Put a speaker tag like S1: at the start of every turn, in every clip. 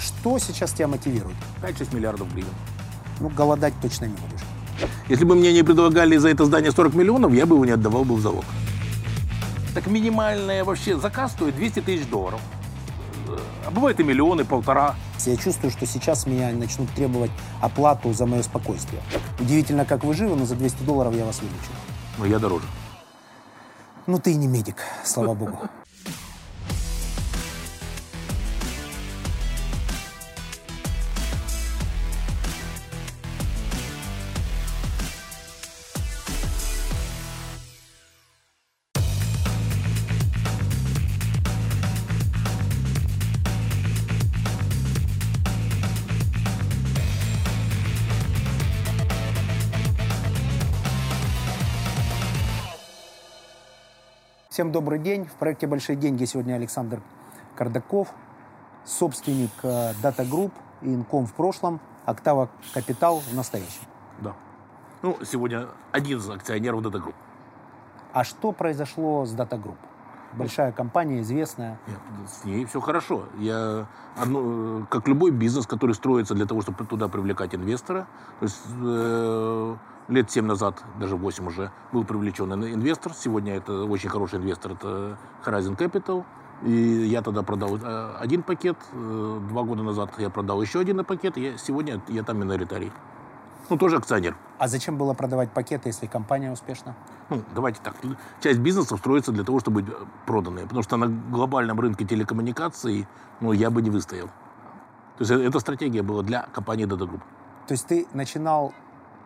S1: Что сейчас тебя мотивирует?
S2: 5-6 миллиардов гривен.
S1: Ну, голодать точно не будешь.
S2: Если бы мне не предлагали за это здание 40 миллионов, я бы его не отдавал бы в залог. Так минимальный вообще заказ стоит 200 тысяч долларов. Э, А бывает и миллионы, полтора.
S1: Я чувствую, что сейчас меня начнут требовать оплату за мое спокойствие. Удивительно, как вы живы, но за 200 долларов я вас вылечу.
S2: Но я дороже.
S1: Ну, ты и не медик, слава богу. Всем добрый день. В проекте «Большие деньги» сегодня Александр Кардаков, собственник э, Data Group и Инком в прошлом, Октава Капитал в настоящем.
S2: Да. Ну, сегодня один из акционеров этой группы.
S1: А что произошло с Data Group? Большая компания, известная.
S2: Нет, с ней все хорошо. Я, одно- как любой бизнес, который строится для того, чтобы туда привлекать инвестора, то есть э, лет 7 назад, даже 8 уже, был привлечен ин- инвестор. Сегодня это очень хороший инвестор, это Horizon Capital. И я тогда продал э, один пакет, э, два года назад я продал еще один пакет, и сегодня я там миноритарий. Ну, тоже акционер.
S1: А зачем было продавать пакеты, если компания успешна?
S2: Ну, давайте так. Часть бизнеса строится для того, чтобы быть э, проданной. Потому что на глобальном рынке телекоммуникаций ну, я бы не выстоял. То есть э, эта стратегия была для компании Data Group.
S1: То есть ты начинал,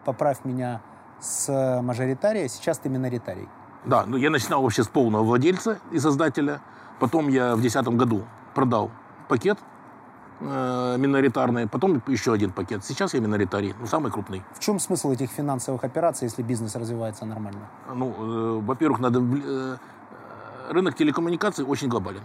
S1: поправь меня, с э, мажоритария, сейчас ты миноритарий.
S2: Да, ну, я начинал вообще с полного владельца и создателя. Потом я в 2010 году продал пакет э, миноритарный, потом еще один пакет. Сейчас я миноритарий, ну, самый крупный.
S1: В чем смысл этих финансовых операций, если бизнес развивается нормально?
S2: Ну, э, во-первых, надо вл- э, рынок телекоммуникаций очень глобален.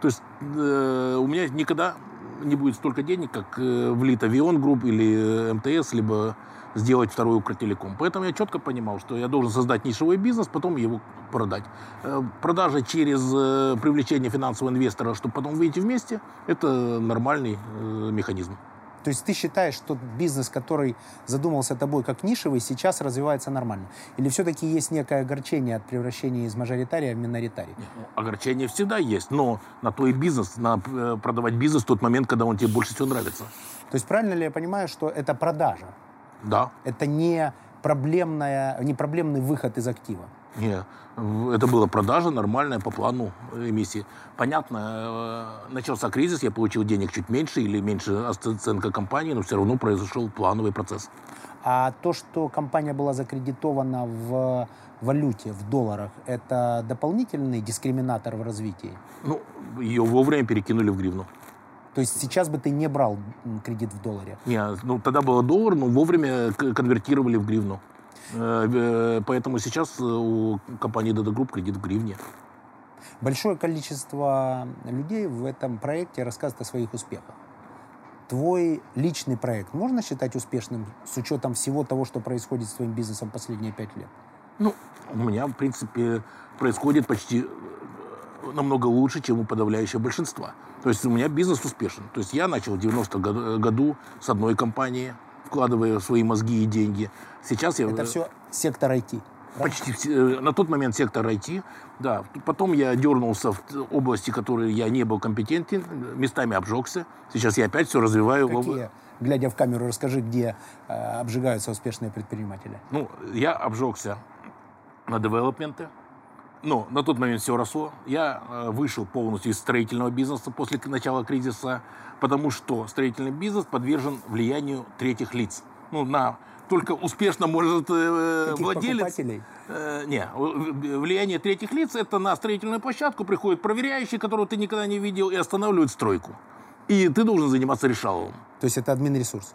S2: То есть э, у меня никогда не будет столько денег, как э, влито в Ион Групп или э, МТС, либо сделать второй Укртелеком. Поэтому я четко понимал, что я должен создать нишевой бизнес, потом его продать. Э, Продажа через э, привлечение финансового инвестора, чтобы потом выйти вместе, это нормальный э, механизм.
S1: То есть ты считаешь, что бизнес, который задумался тобой как нишевый, сейчас развивается нормально? Или все-таки есть некое огорчение от превращения из мажоритария в миноритарий?
S2: Огорчение всегда есть, но на то и бизнес, на э, продавать бизнес в тот момент, когда он тебе больше всего нравится.
S1: То есть правильно ли я понимаю, что это продажа?
S2: Да,
S1: Это не, проблемная, не проблемный выход из актива?
S2: Не, в- это была продажа нормальная по плану эмиссии. Понятно, э, начался кризис, я получил денег чуть меньше или меньше оценка компании, но все равно произошел плановый процесс.
S1: А то, что компания была закредитована в валюте, в долларах, это дополнительный дискриминатор в развитии?
S2: Ну, ее вовремя перекинули в гривну.
S1: То есть сейчас бы ты не брал м, кредит в долларе?
S2: Не, ну тогда было доллар, но вовремя к- конвертировали в гривну. Э, э, Поэтому сейчас э, у компании Data Group кредит в гривне.
S1: Большое количество людей в этом проекте рассказывает о своих успехах. Твой личный проект можно считать успешным с учетом всего того, что происходит с твоим бизнесом последние пять лет?
S2: Ну, у меня, в принципе, происходит почти э, намного лучше, чем у подавляющего большинства. То есть у меня бизнес успешен. То есть я начал в 90 году, э, году с одной компании, вкладывая свои мозги и деньги. Сейчас я...
S1: Это
S2: э,
S1: все сектор IT. да?
S2: Почти все- э, на тот момент сектор IT, да. Потом я дернулся в т- области, в которой я не был компетентен, э, местами обжегся. Сейчас я опять все развиваю. во-
S1: Какие, глядя в камеру, расскажи, где э, обжигаются успешные предприниматели.
S2: Ну, я обжегся на девелопменты. Ну, на тот момент все росло. Я э, вышел полностью из строительного бизнеса после к- начала кризиса, потому что строительный бизнес подвержен влиянию третьих лиц. Ну, на только успешно может э,
S1: Каких
S2: владелец...
S1: покупателей?
S2: Э, не, в- влияние третьих лиц это на строительную площадку приходит проверяющий, которого ты никогда не видел, и останавливает стройку. И ты должен заниматься решаловым.
S1: То есть это админ-ресурс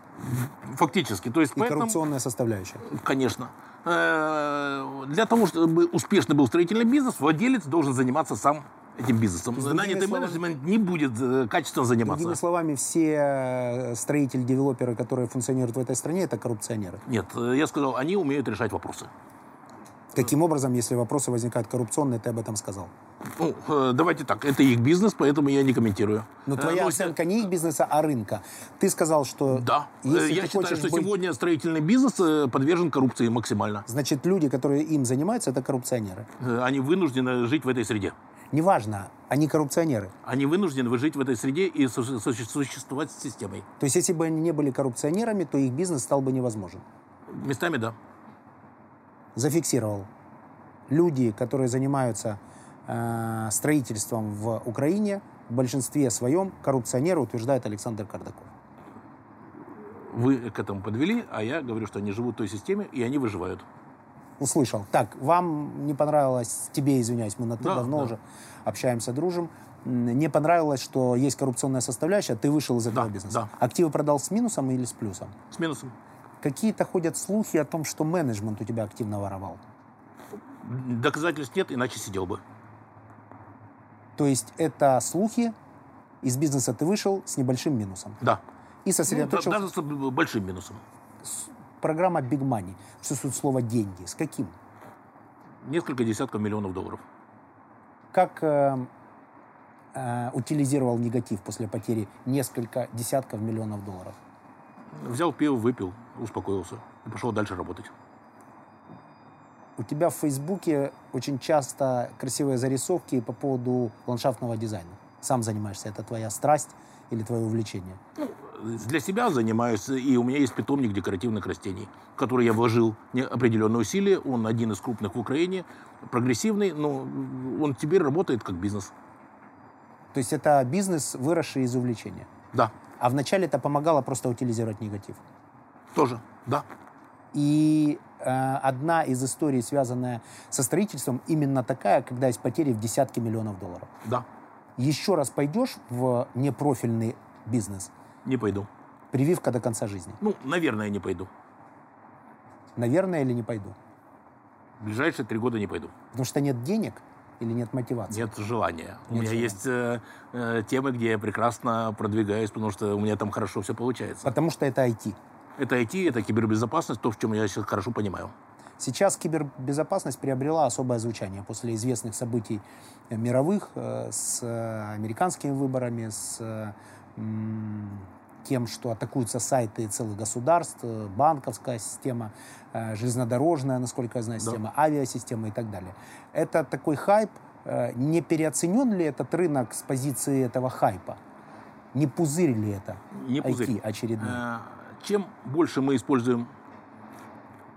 S2: Фактически. То есть
S1: и
S2: поэтому...
S1: коррупционная составляющая.
S2: Конечно. Э, Для того, чтобы успешно был строительный бизнес, владелец должен заниматься сам этим бизнесом.
S1: есть, другими
S2: Нанятый
S1: словами-
S2: менеджмент не будет э, качественно заниматься.
S1: Другими словами, все э, строители-девелоперы, которые функционируют в этой стране, это коррупционеры.
S2: Нет, э, я сказал, они умеют решать вопросы.
S1: Каким образом, если вопросы возникают коррупционные, ты об этом сказал?
S2: Ну, э, давайте так, это их бизнес, поэтому я не комментирую.
S1: Но
S2: Э,
S1: твоя
S2: ну,
S1: оценка не их бизнеса, а рынка. Ты сказал, что
S2: Да. Э,
S1: если
S2: я
S1: ты
S2: считаю,
S1: хочешь
S2: что
S1: быть-
S2: сегодня строительный бизнес э, подвержен коррупции максимально.
S1: Значит, люди, которые им занимаются, это коррупционеры.
S2: Э, Они вынуждены жить в этой среде.
S1: Неважно, они коррупционеры.
S2: Они вынуждены вы- жить в этой среде и су- су- существовать с системой.
S1: То есть, если бы они не были коррупционерами, то их бизнес стал бы невозможен.
S2: Местами, да.
S1: Зафиксировал. Люди, которые занимаются э, строительством в Украине, в большинстве своем коррупционеры, утверждает Александр Кардаков.
S2: Вы к этому подвели, а я говорю, что они живут в той системе, и они выживают.
S1: Услышал. Так, вам не понравилось, тебе, извиняюсь, мы на ты
S2: Да,
S1: давно
S2: да.
S1: уже общаемся, дружим. М, Не понравилось, что есть коррупционная составляющая, ты вышел из этого
S2: Да,
S1: бизнеса.
S2: да.
S1: Активы продал с минусом или с плюсом?
S2: С минусом.
S1: Какие-то ходят слухи о том, что менеджмент у тебя активно воровал.
S2: Доказательств нет, иначе сидел бы.
S1: То есть это слухи, из бизнеса ты вышел с небольшим минусом.
S2: Да.
S1: И
S2: Ну, да-
S1: сосредоточил
S2: даже с б- большим минусом.
S1: программа Big Money. Что суть слова «деньги»? С каким?
S2: Несколько десятков миллионов долларов.
S1: Как э, э, утилизировал негатив после потери несколько десятков миллионов долларов?
S2: Взял пиво, выпил, успокоился. И пошел дальше работать.
S1: У тебя в Фейсбуке очень часто красивые зарисовки по поводу ландшафтного дизайна. Сам занимаешься, это твоя страсть или твое увлечение?
S2: Для себя занимаюсь, и у меня есть питомник декоративных растений, в который я вложил не- определенные усилия. Он один из крупных в Украине, прогрессивный, но он теперь работает как бизнес.
S1: То есть это бизнес, выросший из увлечения.
S2: Да,
S1: А вначале это помогало просто утилизировать негатив.
S2: тоже, да.
S1: И э, одна из историй, связанная со строительством, именно такая, когда есть потери в десятки миллионов долларов.
S2: Да,
S1: Еще раз пойдешь в непрофильный бизнес,
S2: не пойду.
S1: прививка до конца жизни.
S2: Ну, наверное, не пойду.
S1: Наверное, или не пойду?
S2: В ближайшие три года не пойду.
S1: Потому что нет денег или нет мотивации?
S2: Нет желания. у
S1: Нет
S2: меня
S1: желания.
S2: есть э, э, темы, где я прекрасно продвигаюсь, потому что у меня там хорошо все получается.
S1: Потому что это IT.
S2: Это IT, это кибербезопасность, то, в чем я сейчас хорошо понимаю.
S1: Сейчас кибербезопасность приобрела особое звучание после известных событий э, мировых э, с э, американскими выборами, с э, м, тем, что атакуются сайты целых государств, э, банковская система, э, железнодорожная, насколько я знаю,
S2: Да.
S1: система, авиасистема и так далее. Это такой хайп. Э, Не переоценен ли этот рынок с позиции этого хайпа? Не пузырь ли это?
S2: Не пузырь.
S1: IT очередной.
S2: Э, Чем больше мы используем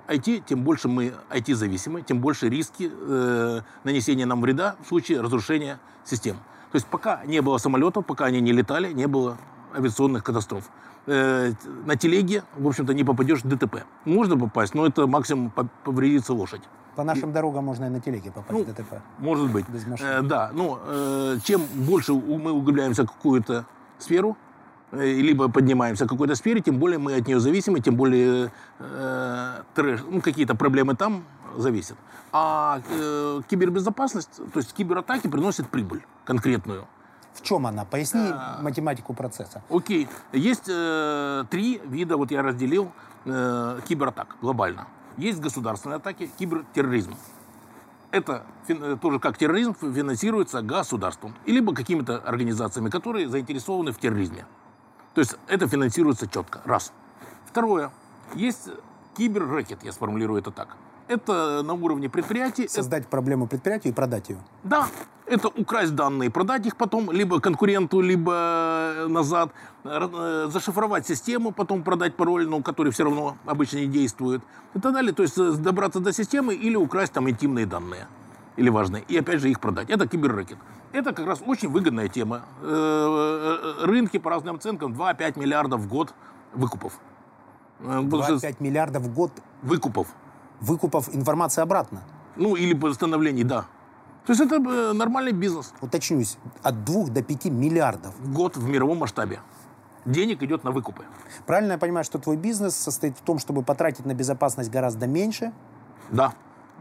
S2: IT, тем больше мы IT-зависимы, тем больше риски э, нанесения нам вреда в случае разрушения систем. То есть пока не было самолетов, пока они не летали, не было авиационных катастроф. Э, т- на телеге, в общем-то, не попадешь в ДТП. Можно попасть, но это максимум по- повредится лошадь.
S1: По нашим дорогам можно и на телеге попасть
S2: Ну,
S1: в ДТП.
S2: Может быть.
S1: Без машины.
S2: Э, да, но э, чем больше у- мы углубляемся в какую-то сферу, э, либо поднимаемся в какой-то сфере, тем более мы от нее зависимы, тем более э, трэш, ну, какие-то проблемы там зависят. А э, кибербезопасность, то есть кибератаки приносят прибыль конкретную.
S1: В чем она? Поясни
S2: А.
S1: математику процесса.
S2: Окей. Есть э, три вида, вот я разделил, э, кибератак глобально. Есть государственные атаки, кибертерроризм. Это фин- э, тоже как терроризм фи- финансируется государством, и либо какими-то организациями, которые заинтересованы в терроризме. То есть это финансируется четко. Раз. Второе. Есть киберрэкет, я сформулирую это так. Это на уровне предприятий. это-
S1: Создать проблему предприятию и продать ее.
S2: да, это украсть данные, продать их потом либо конкуренту, либо назад, э, зашифровать систему, потом продать пароль, ну, который все равно обычно не действует, и так далее. То есть э, добраться до системы или украсть там интимные данные или важные, и опять же их продать. Это киберрэкет. Это как раз очень выгодная тема. Э, э, Рынки по разным оценкам 2-5 миллиардов в год выкупов. Э, потому что
S1: 25 миллиардов в год
S2: Выкупов.
S1: выкупов информации обратно.
S2: Ну, или постановлений, да. То есть это э, нормальный бизнес.
S1: Уточнюсь, от 2 до 5 миллиардов.
S2: год в мировом масштабе. Денег идет на выкупы.
S1: Правильно я понимаю, что твой бизнес состоит в том, чтобы потратить на безопасность гораздо меньше,
S2: Да,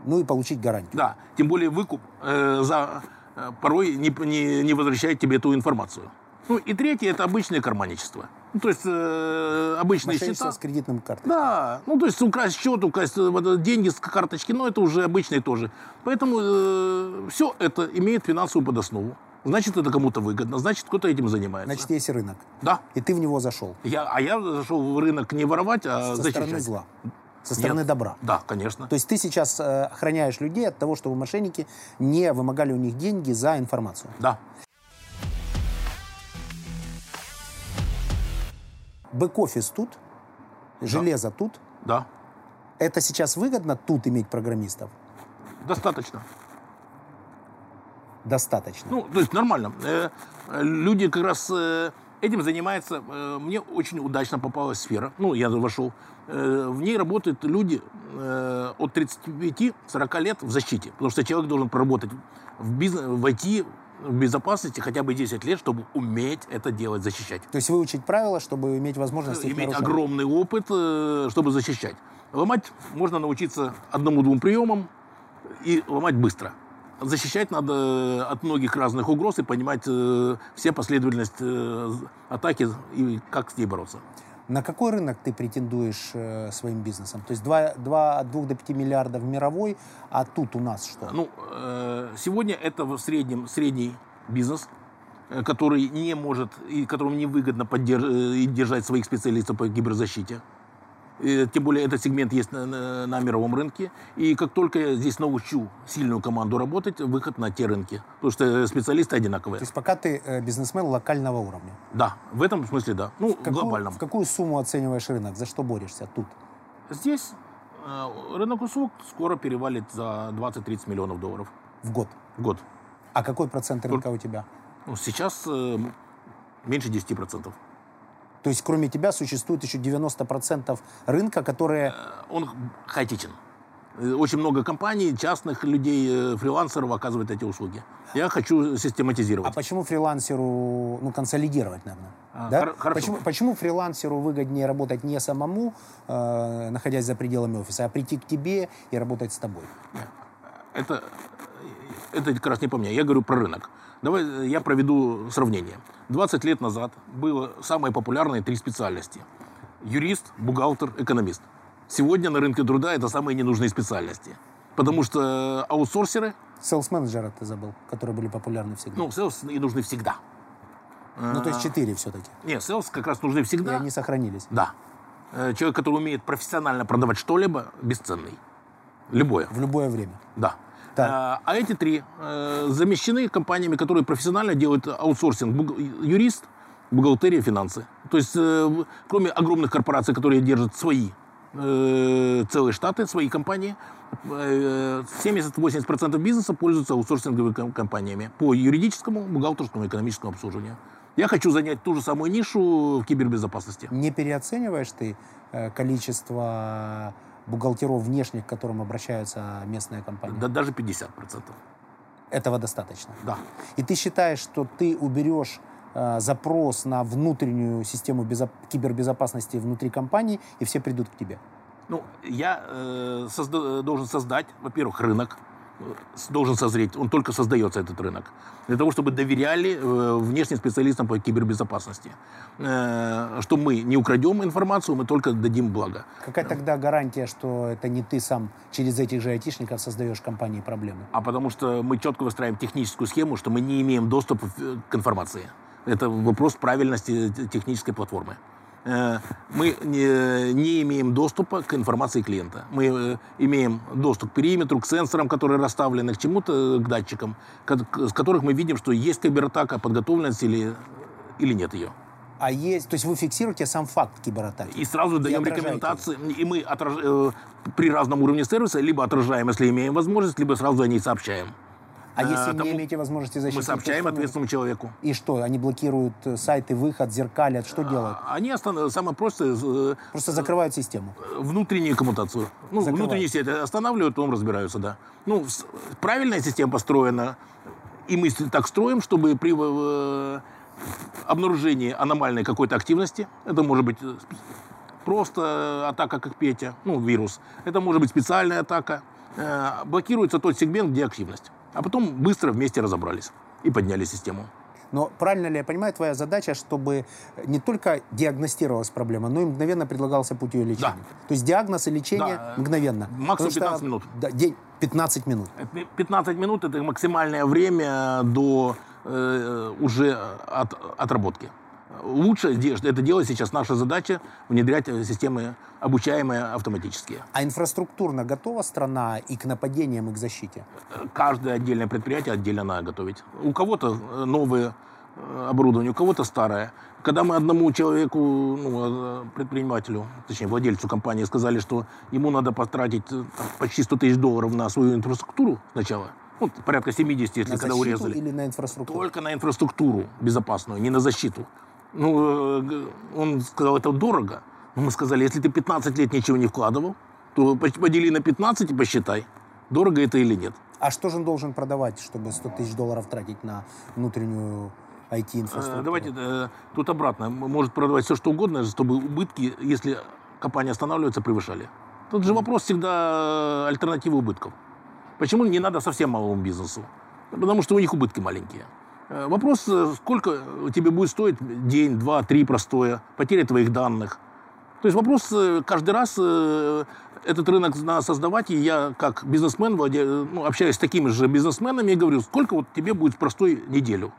S1: ну и получить гарантию.
S2: да. Тем более выкуп э, за э, порой не, не, не возвращает тебе ту информацию. Ну и третье это обычное карманничество. Ну, то есть э, обычные
S1: Мошенничество
S2: счета.
S1: с кредитным картой.
S2: Да, ну то есть украсть счет, украсть э, вот, э, деньги с карточки, но это уже обычные тоже. Поэтому все это имеет финансовую подоснову. Значит, это кому-то выгодно, значит, кто-то этим занимается.
S1: Значит, есть рынок.
S2: да.
S1: И ты в него зашел.
S2: Я, а я зашел в рынок не воровать,
S1: Со
S2: а защищать.
S1: стороны зла. Со стороны добра.
S2: Да, конечно.
S1: То есть ты сейчас э, охраняешь людей от того, чтобы мошенники не вымогали у них деньги за информацию.
S2: Да.
S1: Бэк-офис тут, железо тут.
S2: Да.
S1: Это сейчас выгодно тут иметь программистов?
S2: Достаточно.
S1: Достаточно.
S2: Ну, то есть нормально. Э, э, люди как раз э, этим занимаются. Э, мне очень удачно попалась сфера. Ну, я вошел. Э, в ней работают люди э, от 35-40 лет в защите. Потому что человек должен проработать в, бизнес, в IT, в безопасности хотя бы 10 лет, чтобы уметь это делать, защищать.
S1: То есть выучить правила, чтобы иметь возможность их
S2: э, иметь
S1: нарушать.
S2: огромный опыт, э, чтобы защищать. Ломать можно научиться одному-двум приемам и ломать быстро. Защищать надо э, от многих разных угроз и понимать э, все последовательность э, атаки и как с ней бороться.
S1: На какой рынок ты претендуешь э, своим бизнесом? То есть два- два- от 2 до 5 миллиардов мировой, а тут у нас что?
S2: Ну, э, сегодня это в среднем средний бизнес, э, который не может и которому невыгодно поддерж- э, и держать своих специалистов по гиберзащите. Э, Тем более этот сегмент есть на, на- на мировом рынке. И как только я здесь научу сильную команду работать, выход на те рынки. Потому что э, специалисты одинаковые.
S1: То есть пока ты э, бизнесмен локального уровня.
S2: Да, в этом смысле да. Ну, в
S1: Какую-
S2: глобальном.
S1: В какую сумму оцениваешь рынок? За что борешься тут?
S2: Здесь э, рынок услуг скоро перевалит за 20-30 миллионов долларов
S1: В год.
S2: в год.
S1: А какой процент рынка у тебя?
S2: Ну, сейчас э, меньше 10%.
S1: То есть кроме тебя существует еще 90% рынка, которые...
S2: Э, он хаотичен. Э, Очень много компаний, частных людей, э, фрилансеров оказывают эти услуги. Я хочу
S1: А
S2: систематизировать.
S1: почему фрилансеру, ну, консолидировать, наверное?
S2: А,
S1: да?
S2: хор- хорошо.
S1: почему, почему фрилансеру выгоднее работать не самому, э, находясь за пределами офиса, а прийти к тебе и работать с тобой?
S2: Это, это как раз не по мне. Я говорю про рынок. Давай э, я проведу сравнение. 20 лет назад было самые популярные три специальности. Юрист, бухгалтер, экономист. Сегодня на рынке труда это самые ненужные специальности. Потому что аутсорсеры,
S1: Селс-менеджера ты забыл, которые были популярны всегда. Ну,
S2: ну, селс и нужны всегда.
S1: то есть четыре все-таки.
S2: Нет, селс как раз нужны
S1: И
S2: всегда.
S1: они сохранились.
S2: Да. Э, Человек, который умеет профессионально продавать что-либо, бесценный. Любое,
S1: В любое время.
S2: да.
S1: Так.
S2: А, а эти три э, замещены компаниями, которые профессионально делают аутсорсинг. Буг- юрист, бухгалтерия, финансы. То есть, э, в- кроме огромных корпораций, которые держат свои э, целые штаты, свои компании, э, 70-80% бизнеса пользуются аутсорсинговыми ком- компаниями по юридическому, бухгалтерскому и экономическому обслуживанию. Я хочу занять ту же самую нишу в кибербезопасности.
S1: Не переоцениваешь ты э, количество бухгалтеров внешних, к которым обращаются местные компании?
S2: Да, даже 50%.
S1: Этого достаточно.
S2: Да.
S1: И ты считаешь, что ты уберешь э, запрос на внутреннюю систему безо- кибербезопасности внутри компании, и все придут к тебе.
S2: Ну, я э, созда- должен создать, во-первых, рынок. э, с- Должен созреть. Он только создается, этот рынок. Для того, чтобы доверяли э, внешним специалистам по кибербезопасности. Э, что мы не украдем информацию, мы только дадим благо.
S1: Какая тогда гарантия, что это не ты сам через этих же айтишников создаешь компании проблемы?
S2: А потому что мы четко выстраиваем техническую схему, что мы не имеем доступа э, к информации. Это вопрос правильности те- технической платформы. Э, Мы не, э, не имеем доступа к информации клиента. Мы э, имеем доступ к периметру, к сенсорам, которые расставлены, к чему-то, э, к датчикам, ко- к- с которых мы видим, что есть кибератака, подготовленность или, или нет ее.
S1: А есть, то есть вы фиксируете сам факт кибератаки?
S2: И сразу даем
S1: отражаете.
S2: рекомендации, и мы отраж- э, при разном уровне сервиса либо отражаем, если имеем возможность, либо сразу о ней сообщаем.
S1: А если не
S2: э, тому
S1: имеете возможности защитить?
S2: Мы сообщаем
S1: то что
S2: ответственному человеку.
S1: И что, они блокируют э, сайты, выход, зеркалят,
S2: А.
S1: что делают?
S2: Они остан- самое простое э,
S1: Просто закрывают систему.
S2: внутреннюю коммутацию. Ну,
S1: Закрывают.
S2: внутренние сети останавливают, потом разбираются, да. Ну, с- правильная система построена, и мы с- так строим, чтобы при э, обнаружении аномальной какой-то активности, это может быть э, просто атака, как Петя, ну, вирус, это может быть специальная атака, э, блокируется тот сегмент, где активность. А потом быстро вместе разобрались и подняли систему.
S1: Но правильно ли я понимаю, твоя задача, чтобы э, не только диагностировалась проблема, но и мгновенно предлагался путь ее лечения?
S2: Да.
S1: То есть диагноз и лечение
S2: Да, э,
S1: мгновенно?
S2: максимум
S1: Потому что,
S2: 15 минут.
S1: Да, день 15 минут.
S2: Пи- 15 минут это максимальное время до э, уже от, отработки. Лучше де- это делать сейчас наша задача внедрять э, системы обучаемые автоматические.
S1: А инфраструктурно готова страна и к нападениям, и к защите?
S2: Э, Каждое отдельное предприятие отдельно надо готовить. У кого-то э, новое э, оборудование, у кого-то старое. Когда мы одному человеку, ну, э, предпринимателю, точнее владельцу компании сказали, что ему надо потратить э, там, почти 100 тысяч долларов на свою инфраструктуру сначала, ну, порядка 70, если
S1: На
S2: когда
S1: защиту
S2: урезали.
S1: или на инфраструктуру?
S2: Только на инфраструктуру безопасную, не на защиту. Ну, э, г- он сказал, это дорого. Но мы сказали, если ты 15 лет ничего не вкладывал, то поч- подели на 15 и посчитай, дорого это или нет.
S1: А что же он должен продавать, чтобы 100 тысяч долларов тратить на внутреннюю IT-инфраструктуру?
S2: Э, Давайте э, тут обратно. М- Может продавать все, что угодно, чтобы убытки, если компания останавливается, превышали. Тут же вопрос всегда э, альтернативы убытков. Почему не надо совсем малому бизнесу? Потому что у них убытки маленькие. Э, Вопрос, э, сколько тебе будет стоить день, два, три простое, потеря твоих данных. То есть вопрос э, каждый раз э, этот рынок надо создавать, и я как бизнесмен владе- ну, общаюсь с такими же бизнесменами и говорю, сколько вот тебе будет в простой неделю?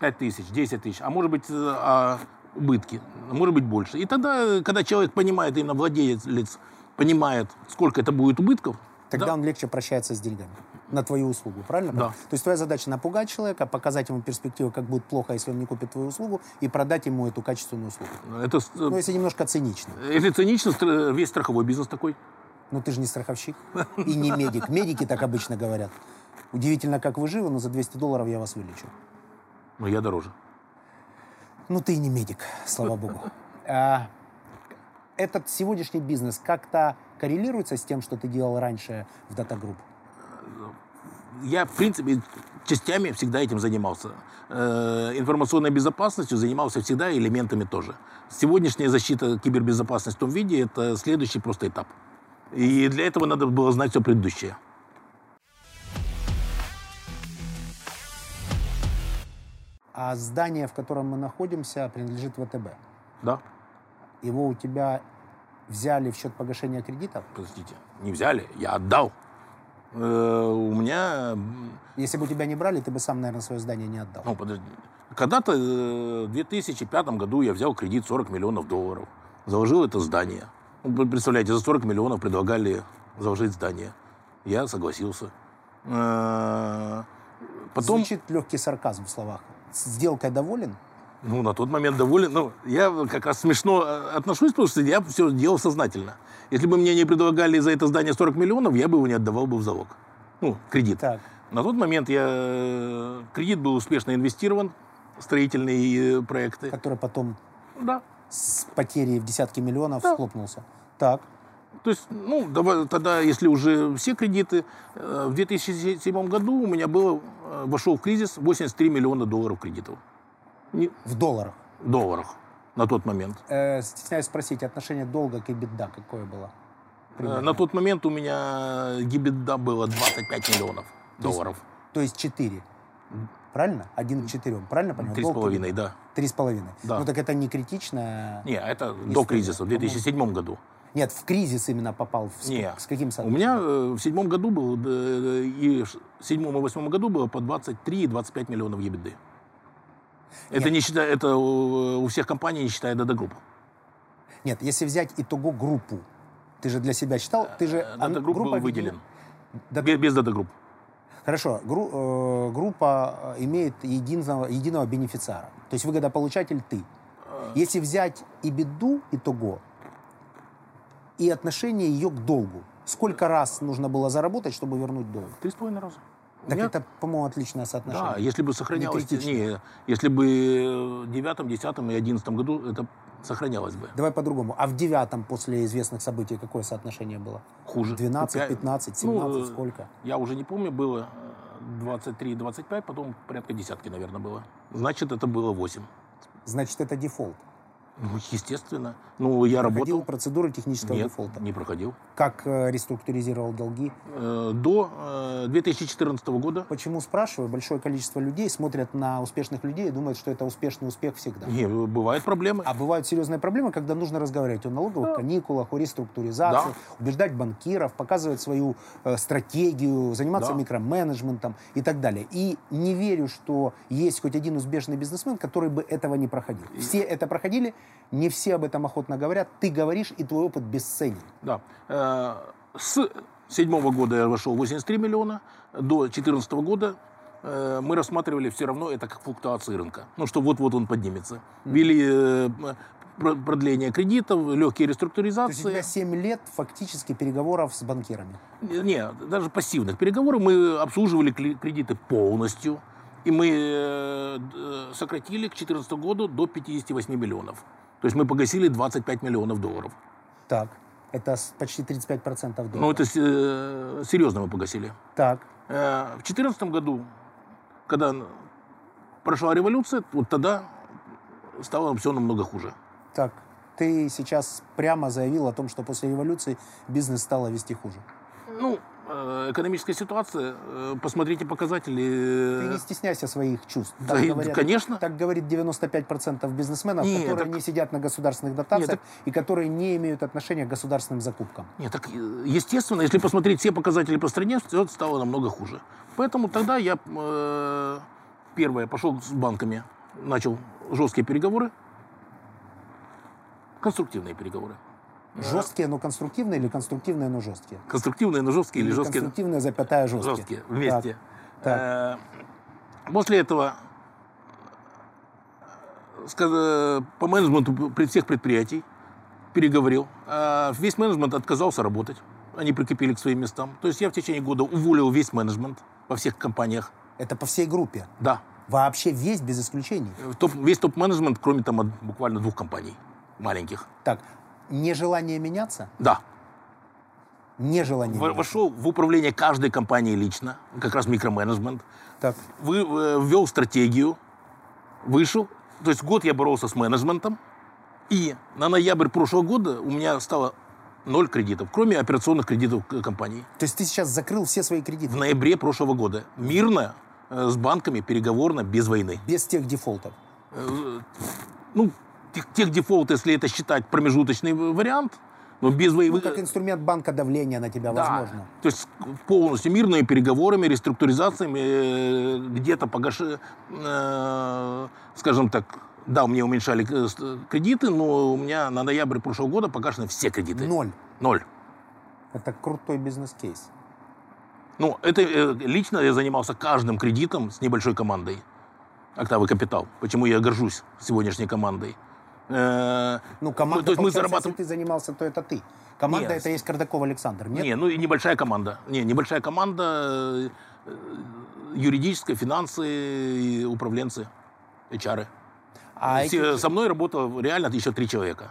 S2: 5 тысяч, 10 тысяч, а может быть э, а, убытки, может быть больше. И тогда, э, когда человек понимает, именно владелец понимает, сколько это будет убытков,
S1: Тогда
S2: да.
S1: он легче прощается с деньгами на твою услугу, правильно?
S2: Да.
S1: То есть твоя задача напугать человека, показать ему перспективу, как будет плохо, если он не купит твою услугу, и продать ему эту качественную услугу.
S2: это с-
S1: Ну, если немножко цинично.
S2: Если цинично, стра- весь страховой бизнес такой.
S1: Ну, ты же не страховщик и не медик. Медики так обычно говорят. Удивительно, как вы живы, но за 200 долларов я вас вылечу.
S2: Ну, я дороже.
S1: Ну, ты и не медик, слава богу. А, этот сегодняшний бизнес как-то коррелируется с тем, что ты делал раньше в Data Group?
S2: Я, в принципе, частями всегда этим занимался. Э, Информационной безопасностью занимался всегда и элементами тоже. Сегодняшняя защита кибербезопасности в том виде – это следующий просто этап. И для этого надо было знать все предыдущее.
S1: А здание, в котором мы находимся, принадлежит ВТБ.
S2: Да?
S1: Его у тебя взяли в счет погашения кредитов?
S2: Подождите, не взяли, я отдал. Э, У меня, м,
S1: Если бы у тебя не брали, ты бы сам, наверное, свое здание не отдал.
S2: ну подожди, когда-то э, в 2005 году я взял кредит 40 миллионов долларов, заложил это здание. Ну, вы Представляете, за 40 миллионов предлагали заложить здание. Я согласился. Э, Потом,
S1: Звучит легкий сарказм в словах. Сделкой доволен?
S2: ну, на тот момент доволен. Ну, я как раз смешно э, отношусь, потому что я все делал сознательно. Если бы мне не предлагали за это здание 40 миллионов, я бы его не отдавал бы в залог. Ну, кредит.
S1: Так.
S2: На тот момент я э, кредит был успешно инвестирован, строительные э, проекты.
S1: Который потом
S2: Да.
S1: с потерей в десятки миллионов
S2: Да.
S1: схлопнулся. Так.
S2: То есть, ну, давай- тогда, если уже все кредиты, э, в 2007 году у меня было, э, вошел в кризис 83 миллиона долларов кредитов. Не-
S1: В долларах.
S2: в долларах на тот момент.
S1: Э, стесняюсь спросить, отношение долга к беда какое было?
S2: Э, На тот момент у меня гибеда было 25 миллионов долларов.
S1: То есть 4. Правильно? Один к четырем. Правильно понимаю?
S2: Три с
S1: Долг к
S2: половиной, да.
S1: EBITDA. Три с половиной.
S2: Да.
S1: Ну так это не критично.
S2: Не, это
S1: Не
S2: до
S1: стыдно,
S2: кризиса, в 2007 году.
S1: Нет, в кризис именно попал. В- с-
S2: Не.
S1: С каким
S2: У
S1: соотношением?
S2: меня э, в седьмом году был, э, и в седьмом и восьмом году было по 23 и 25 миллионов ебеды. Это
S1: Нет.
S2: не считая, это у, у всех компаний, не считая Дада Групп.
S1: Нет, если взять итого группу, ты же для себя считал, ты же... ан-
S2: Дада Групп Э, был
S1: группа-
S2: выделен.
S1: Да-
S2: Без, без Дада Групп.
S1: Хорошо, гру- э, группа э, имеет единого, единого бенефициара. То есть выгодополучатель ты. Если взять и беду, и того, и отношение ее к долгу, сколько раз нужно было заработать, чтобы вернуть долг?
S2: Три с половиной раза. У
S1: Так
S2: меня-
S1: это, по-моему, отличное
S2: да,
S1: соотношение.
S2: если бы сохранялось...
S1: критично.
S2: Не, если бы э, в девятом, десятом и одиннадцатом году это сохранялось бы.
S1: Давай по-другому. А в девятом после известных событий какое соотношение было?
S2: Хуже.
S1: 12,
S2: Пя-
S1: 15,
S2: ну,
S1: 17,
S2: э,
S1: сколько?
S2: Я уже не помню, было э, 23-25, потом порядка десятки, наверное, было. Значит, это было 8.
S1: Значит, это дефолт.
S2: Ну, естественно. Ну, я
S1: Проходил
S2: работал.
S1: процедуру технического
S2: Нет,
S1: дефолта.
S2: не проходил.
S1: Как э, реструктуризировал долги.
S2: Э, До э, 2014 года.
S1: Почему спрашиваю? Большое количество людей смотрят на успешных людей и думают, что это успешный успех всегда.
S2: Не, э, бывают проблемы.
S1: А бывают серьезные проблемы, когда нужно разговаривать о налоговых каникулах, о реструктуризации, убеждать банкиров, показывать свою э, стратегию, заниматься
S2: Да.
S1: микроменеджментом и так далее. И не верю, что есть хоть один успешный бизнесмен, который бы этого не проходил. Все это проходили, не все об этом охотно говорят. Ты говоришь, и твой опыт бесценен.
S2: Да. Э, С седьмого года я вошел в 83 миллиона, до 2014 года э, мы рассматривали все равно это как флуктуации рынка. Ну, что вот-вот он поднимется. Вели э, про- продление кредитов, легкие
S1: То есть у тебя
S2: реструктуризации.
S1: 7 лет фактически переговоров с банкирами.
S2: Не, даже пассивных переговоров. Мы обслуживали кли- кредиты полностью. И мы э, д- э, сократили к 2014 году до 58 миллионов. То есть мы погасили 25 миллионов долларов.
S1: Так, это с- почти 35% долларов.
S2: Ну, это э, серьезно мы погасили.
S1: Так,
S2: Э, В 2014 году, когда н- прошла революция, вот тогда стало все намного хуже.
S1: так. Ты сейчас прямо заявил о том, что после революции бизнес стало вести хуже.
S2: Ну, э, экономическая ситуация, э, посмотрите
S1: Ты
S2: показатели.
S1: не
S2: э,
S1: стесняйся своих чувств.
S2: да и- конечно.
S1: так говорит 95% бизнесменов,
S2: Не,
S1: которые
S2: так-
S1: не сидят на государственных дотациях
S2: Не, так-
S1: и которые не имеют отношения к государственным закупкам.
S2: Нет, так э, естественно, если посмотреть все показатели по стране, все стало намного хуже. Поэтому тогда я э, первое пошел с банками, начал жесткие переговоры, конструктивные переговоры.
S1: Жесткие, но конструктивные или конструктивные, но жесткие?
S2: Конструктивные, но жесткие или жесткие.
S1: Конструктивные, запятая, жесткие.
S2: жесткие вместе.
S1: Так.
S2: Э, После этого э, сказ- э, по менеджменту при всех предприятий переговорил. Э, Весь менеджмент отказался работать. Они прикипели к своим местам. То есть я в течение года уволил весь менеджмент во всех компаниях.
S1: Это по всей группе.
S2: Да,
S1: Вообще весь, без исключений.
S2: Э, топ- весь топ-менеджмент, кроме там од- буквально двух компаний маленьких.
S1: Так, нежелание меняться?
S2: Да,
S1: Нежелание
S2: Во-
S1: меняться.
S2: вошел в управление каждой компанией лично, как раз микроменеджмент.
S1: Так,
S2: вы, э, ввел стратегию, вышел. То есть год я боролся с менеджментом. И на ноябрь прошлого года у меня стало ноль кредитов, кроме операционных кредитов к- э, компании.
S1: то есть ты сейчас закрыл все свои
S2: В
S1: кредиты
S2: ноябре прошлого года мирно, э, с банками, переговорно, без войны.
S1: без тех дефолтов?
S2: Э, Ну, тех, тех дефолт, если это считать промежуточный в- вариант, но без
S1: Ну,
S2: воевых...
S1: как инструмент банка давления на тебя,
S2: Да.
S1: возможно.
S2: То есть полностью мирными переговорами, реструктуризациями, э, где-то погаши, э, скажем так, да, мне уменьшали э, с- кредиты, но у меня на ноябрь прошлого года погашены все кредиты.
S1: Ноль.
S2: Ноль.
S1: Это крутой бизнес-кейс.
S2: Ну, это э, лично я занимался каждым кредитом с небольшой командой. Октавы Капитал. Почему я горжусь сегодняшней командой. Э,
S1: Ну, команда,
S2: Ну, то есть мы
S1: получается,
S2: зарабатываем-
S1: если ты занимался, то это ты. Команда
S2: Нет.
S1: это есть Кардаков Александр, нет?
S2: Не, ну и небольшая команда. Не, небольшая команда э, юридическая, финансы, и управленцы, HR.
S1: А,
S2: Все-
S1: этих,
S2: Со мной работало реально еще три человека.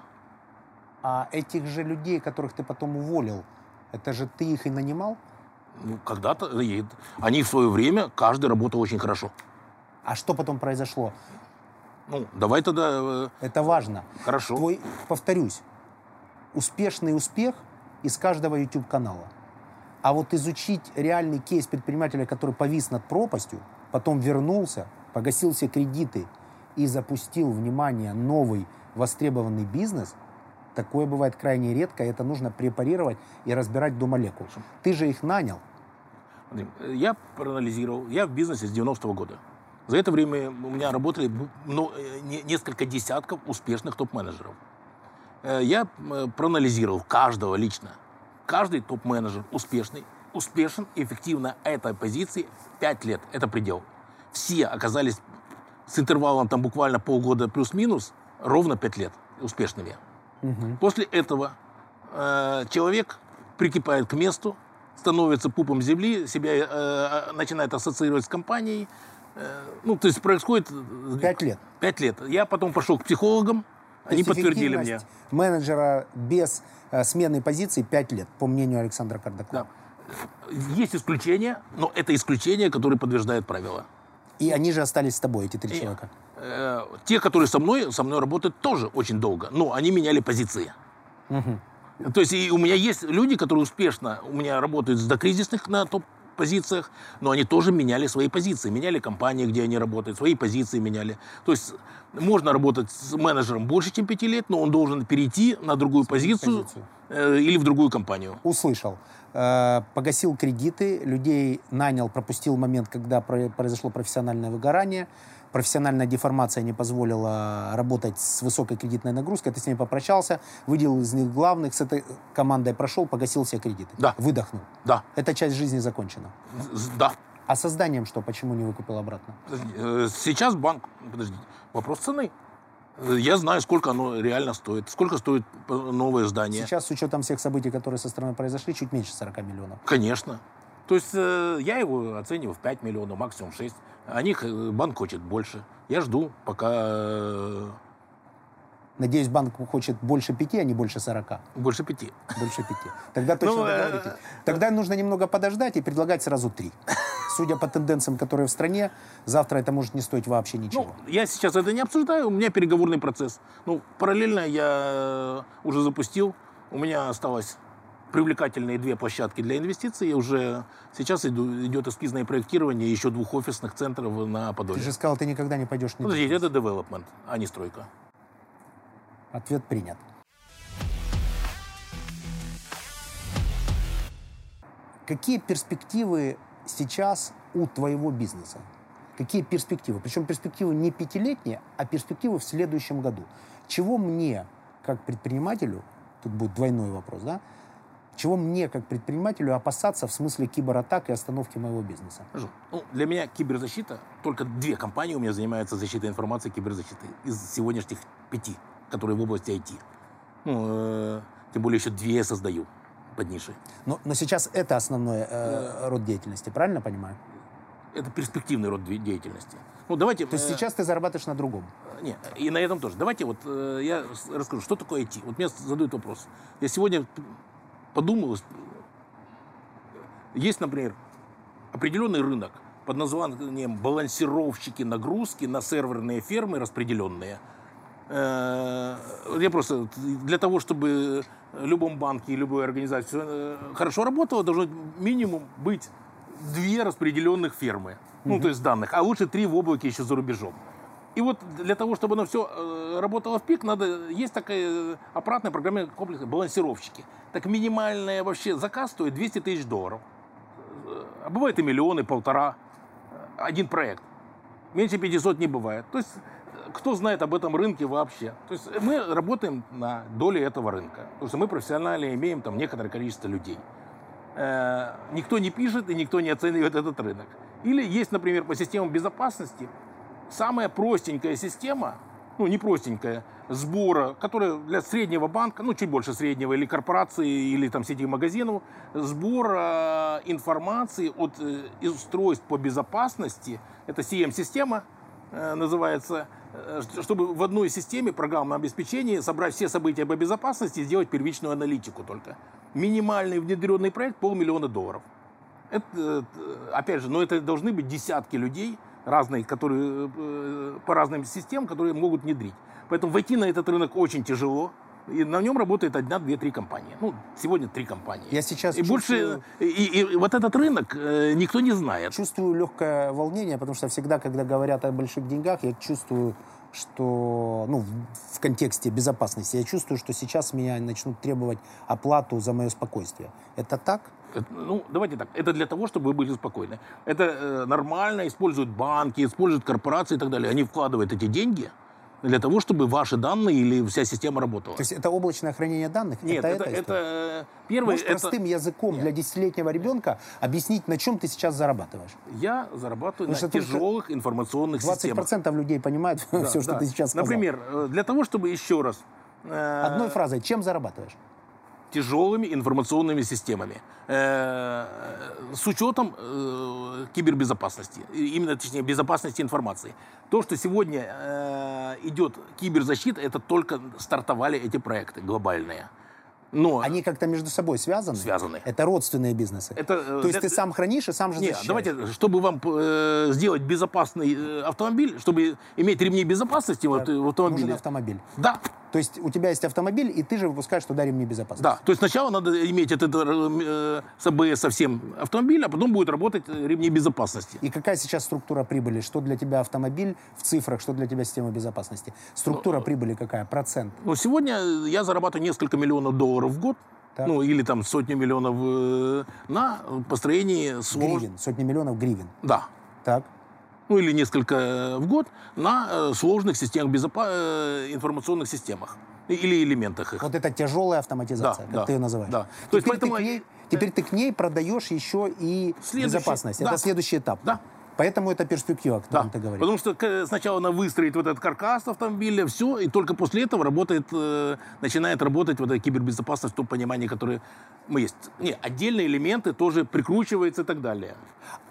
S1: а этих же людей, которых ты потом уволил, это же ты их и нанимал?
S2: Ну, когда-то и они в свое время, каждый работал очень хорошо.
S1: А что потом произошло?
S2: Ну, давай тогда э,
S1: Это важно.
S2: хорошо.
S1: Твой, повторюсь, успешный успех из каждого YouTube-канала. А вот изучить реальный кейс предпринимателя, который повис над пропастью, потом вернулся, погасил все кредиты и запустил, внимание, новый востребованный бизнес, такое бывает крайне редко, и это нужно препарировать и разбирать до молекул. Ты же их нанял.
S2: Смотри, э, Я проанализировал, я в бизнесе с 90-го года. За это время у меня работали бу- мно- э, не- несколько десятков успешных топ-менеджеров. Э, Я э, проанализировал каждого лично. Каждый топ-менеджер успешный, успешен и эффективно этой позиции 5 лет. Это предел. Все оказались с интервалом там буквально полгода плюс-минус ровно 5 лет успешными. После этого э, человек прикипает к месту, становится пупом земли, себя э, а- начинает ассоциировать с компанией. Э, ну, то есть происходит... э,
S1: Пять лет.
S2: Пять лет. Я потом пошел к психологам,
S1: То
S2: они
S1: есть
S2: подтвердили мне.
S1: эффективность менеджера без э, смены позиции 5 лет, по мнению Александра Кардакова.
S2: Да. Есть исключения, но это исключения, которые подтверждают правила.
S1: И они же остались с тобой, эти три
S2: И-
S1: человека.
S2: э, те, которые со мной, со мной работают тоже очень долго, но они меняли позиции.
S1: Мгм.
S2: То есть и у меня есть люди, которые успешно у меня работают с докризисных на топ позициях, но они тоже меняли свои позиции, меняли компании, где они работают, свои позиции меняли. То есть можно работать с менеджером больше, чем пяти лет, но он должен перейти на другую позицию,
S1: позицию.
S2: э, или в другую компанию.
S1: Услышал. Э, Погасил кредиты, людей нанял, пропустил момент, когда про- произошло профессиональное выгорание. Профессиональная деформация не позволила работать с высокой кредитной нагрузкой. Ты с ними попрощался, выделил из них главных, с этой командой прошел, погасил все кредиты.
S2: Да.
S1: Выдохнул.
S2: Да,
S1: Эта часть жизни закончена.
S2: З- да.
S1: А созданием что? Почему не выкупил обратно?
S2: Э, Сейчас банк, подождите, вопрос цены. Э, Я знаю, сколько оно реально стоит, сколько стоит э, новое здание.
S1: Сейчас, с учетом всех событий, которые со стороны произошли, чуть меньше 40 миллионов.
S2: Конечно. То есть э, я его оцениваю в 5 миллионов, максимум 6. О них э, банк хочет больше. Я жду, пока э,
S1: Надеюсь, банк хочет больше 5, а не больше 40.
S2: больше 5.
S1: Больше пяти. Тогда точно
S2: Ну, э,
S1: договоритесь. Тогда нужно немного подождать и предлагать сразу три. Судя по тенденциям, которые в стране, завтра это может не стоить вообще
S2: Ну,
S1: ничего.
S2: я сейчас это не обсуждаю, у меня переговорный процесс. Ну, параллельно я э, уже запустил. У меня осталось привлекательные две площадки для инвестиций. И уже сейчас иду- идет эскизное проектирование еще двух офисных центров на
S1: Ты
S2: Подоле. Ну,
S1: же сказал, ты никогда не пойдешь. ни-
S2: Подождите, это девелопмент, а не стройка.
S1: Ответ принят. Какие перспективы сейчас у твоего бизнеса? Какие перспективы? Причем перспективы не пятилетние, а перспективы в следующем году. Чего мне, как предпринимателю, тут будет двойной вопрос, да? Чего мне, как предпринимателю, опасаться в смысле кибератак и остановки моего бизнеса?
S2: Хорошо. Ну, для меня киберзащита, только две компании у меня занимаются защитой информации и киберзащитой из сегодняшних пяти, которые в области IT. Ну, э, тем более еще две я создаю под нишей.
S1: Но, но сейчас это основной э, род деятельности, правильно понимаю?
S2: Это перспективный род де- деятельности. Ну, давайте...
S1: То есть
S2: э,
S1: сейчас ты зарабатываешь на другом.
S2: Не, и на этом тоже. Давайте вот э, я с- расскажу, что такое IT. Вот мне задают вопрос. Я сегодня подумал, с- есть, например, определенный рынок под названием балансировщики нагрузки на серверные фермы распределенные. Э, Я просто для того, чтобы в любом банке и любой организации э, хорошо работало, должно минимум быть две распределенных фермы. Ну, то есть данных. А лучше три в облаке еще за рубежом. И вот для того, чтобы оно все работало в пик, надо есть такая э, аппаратная программа комплекс балансировщики. Так минимальный вообще заказ стоит 200 тысяч долларов. Э, А бывает и миллионы, полтора. Э, Один проект. Меньше 500 не бывает. То есть, э, кто знает об этом рынке вообще? То есть, э, мы работаем на доле этого рынка. Потому что мы профессионально имеем там некоторое количество людей. Э, Никто не пишет и никто не оценивает этот рынок. Или есть, например, по системам безопасности самая простенькая система, ну, не простенькая, сбора, которая для среднего банка, ну, чуть больше среднего, или корпорации, или там сети магазинов, сбора э, информации от э, устройств по безопасности, это CM-система э, называется, э, ш- чтобы в одной системе программного обеспечения собрать все события по безопасности и сделать первичную аналитику только. Минимальный внедренный проект полмиллиона долларов. Это, э, опять же, но это должны быть десятки людей разные, которые э, по разным системам, которые могут внедрить. Поэтому войти на этот рынок очень тяжело. И на нем работает одна, две, три компании. Ну, сегодня три компании.
S1: Я сейчас
S2: и больше
S1: чувствую-
S2: и, и вот этот рынок э, никто не знает.
S1: Чувствую легкое волнение, потому что всегда, когда говорят о больших деньгах, я чувствую, что, ну, в, в контексте безопасности, я чувствую, что сейчас меня начнут требовать оплату за мое спокойствие. Это так?
S2: Это, Ну, давайте так. Это для того, чтобы вы были спокойны. Это э, нормально, используют банки, используют корпорации и так далее. Они вкладывают эти деньги для того, чтобы ваши данные или вся система работала.
S1: То есть это облачное хранение данных?
S2: Нет, это,
S1: эта
S2: это,
S1: история?
S2: э, первое.
S1: Можешь
S2: это-
S1: простым языком для десятилетнего ребенка объяснить, на чем ты сейчас зарабатываешь?
S2: Я зарабатываю
S1: Потому что
S2: на
S1: только
S2: тяжелых информационных
S1: 20%
S2: системах.
S1: людей понимают
S2: Да,
S1: все, что
S2: да.
S1: ты сейчас сказал.
S2: Например, э, для того, чтобы еще раз... э,
S1: Одной фразой, чем зарабатываешь?
S2: тяжелыми информационными системами э, с учетом э, кибербезопасности, и именно, точнее, безопасности информации. То, что сегодня э, идет киберзащита, это только стартовали эти проекты глобальные. Но
S1: Они как-то между собой связаны.
S2: связаны.
S1: Это родственные бизнесы.
S2: Это, э,
S1: То есть ты
S2: для-
S1: сам хранишь и сам же
S2: Не,
S1: защищаешь.
S2: давайте, чтобы вам э, сделать безопасный э, автомобиль, чтобы иметь ремни безопасности вот, э, в
S1: Нужен
S2: автомобиле.
S1: автомобиль.
S2: Да,
S1: То есть у тебя есть автомобиль, и ты же выпускаешь туда ремни безопасности.
S2: да. То есть сначала надо иметь этот э, с АБС совсем автомобиль, а потом будет работать э, ремни безопасности.
S1: И какая сейчас структура прибыли? Что для тебя автомобиль в цифрах, что для тебя система безопасности?
S2: Ну, э,
S1: Структура прибыли какая? Процент.
S2: Но Ну, сегодня я зарабатываю несколько миллионов долларов в год,
S1: Так.
S2: ну или там сотни миллионов э, на построении сложных...
S1: Гривен. Сотни миллионов гривен.
S2: Да,
S1: Так.
S2: ну или несколько э, в год на э, сложных системах безопа- э, информационных системах И- или элементах их.
S1: Вот это тяжелая автоматизация, как
S2: да,
S1: ты ее называешь.
S2: да.
S1: Теперь,
S2: То есть поэтому-
S1: ты к ней, теперь ты к ней продаешь еще и
S2: Следующий,
S1: безопасность.
S2: да.
S1: Это следующий этап.
S2: Да.
S1: Поэтому это перспектива, о
S2: Да,
S1: котором ты говоришь.
S2: потому что к- сначала она выстроит вот этот каркас автомобиля, все, и только после этого работает, э, начинает работать вот эта кибербезопасность, в том понимании, которое мы есть. Не, отдельные элементы тоже прикручиваются и так далее.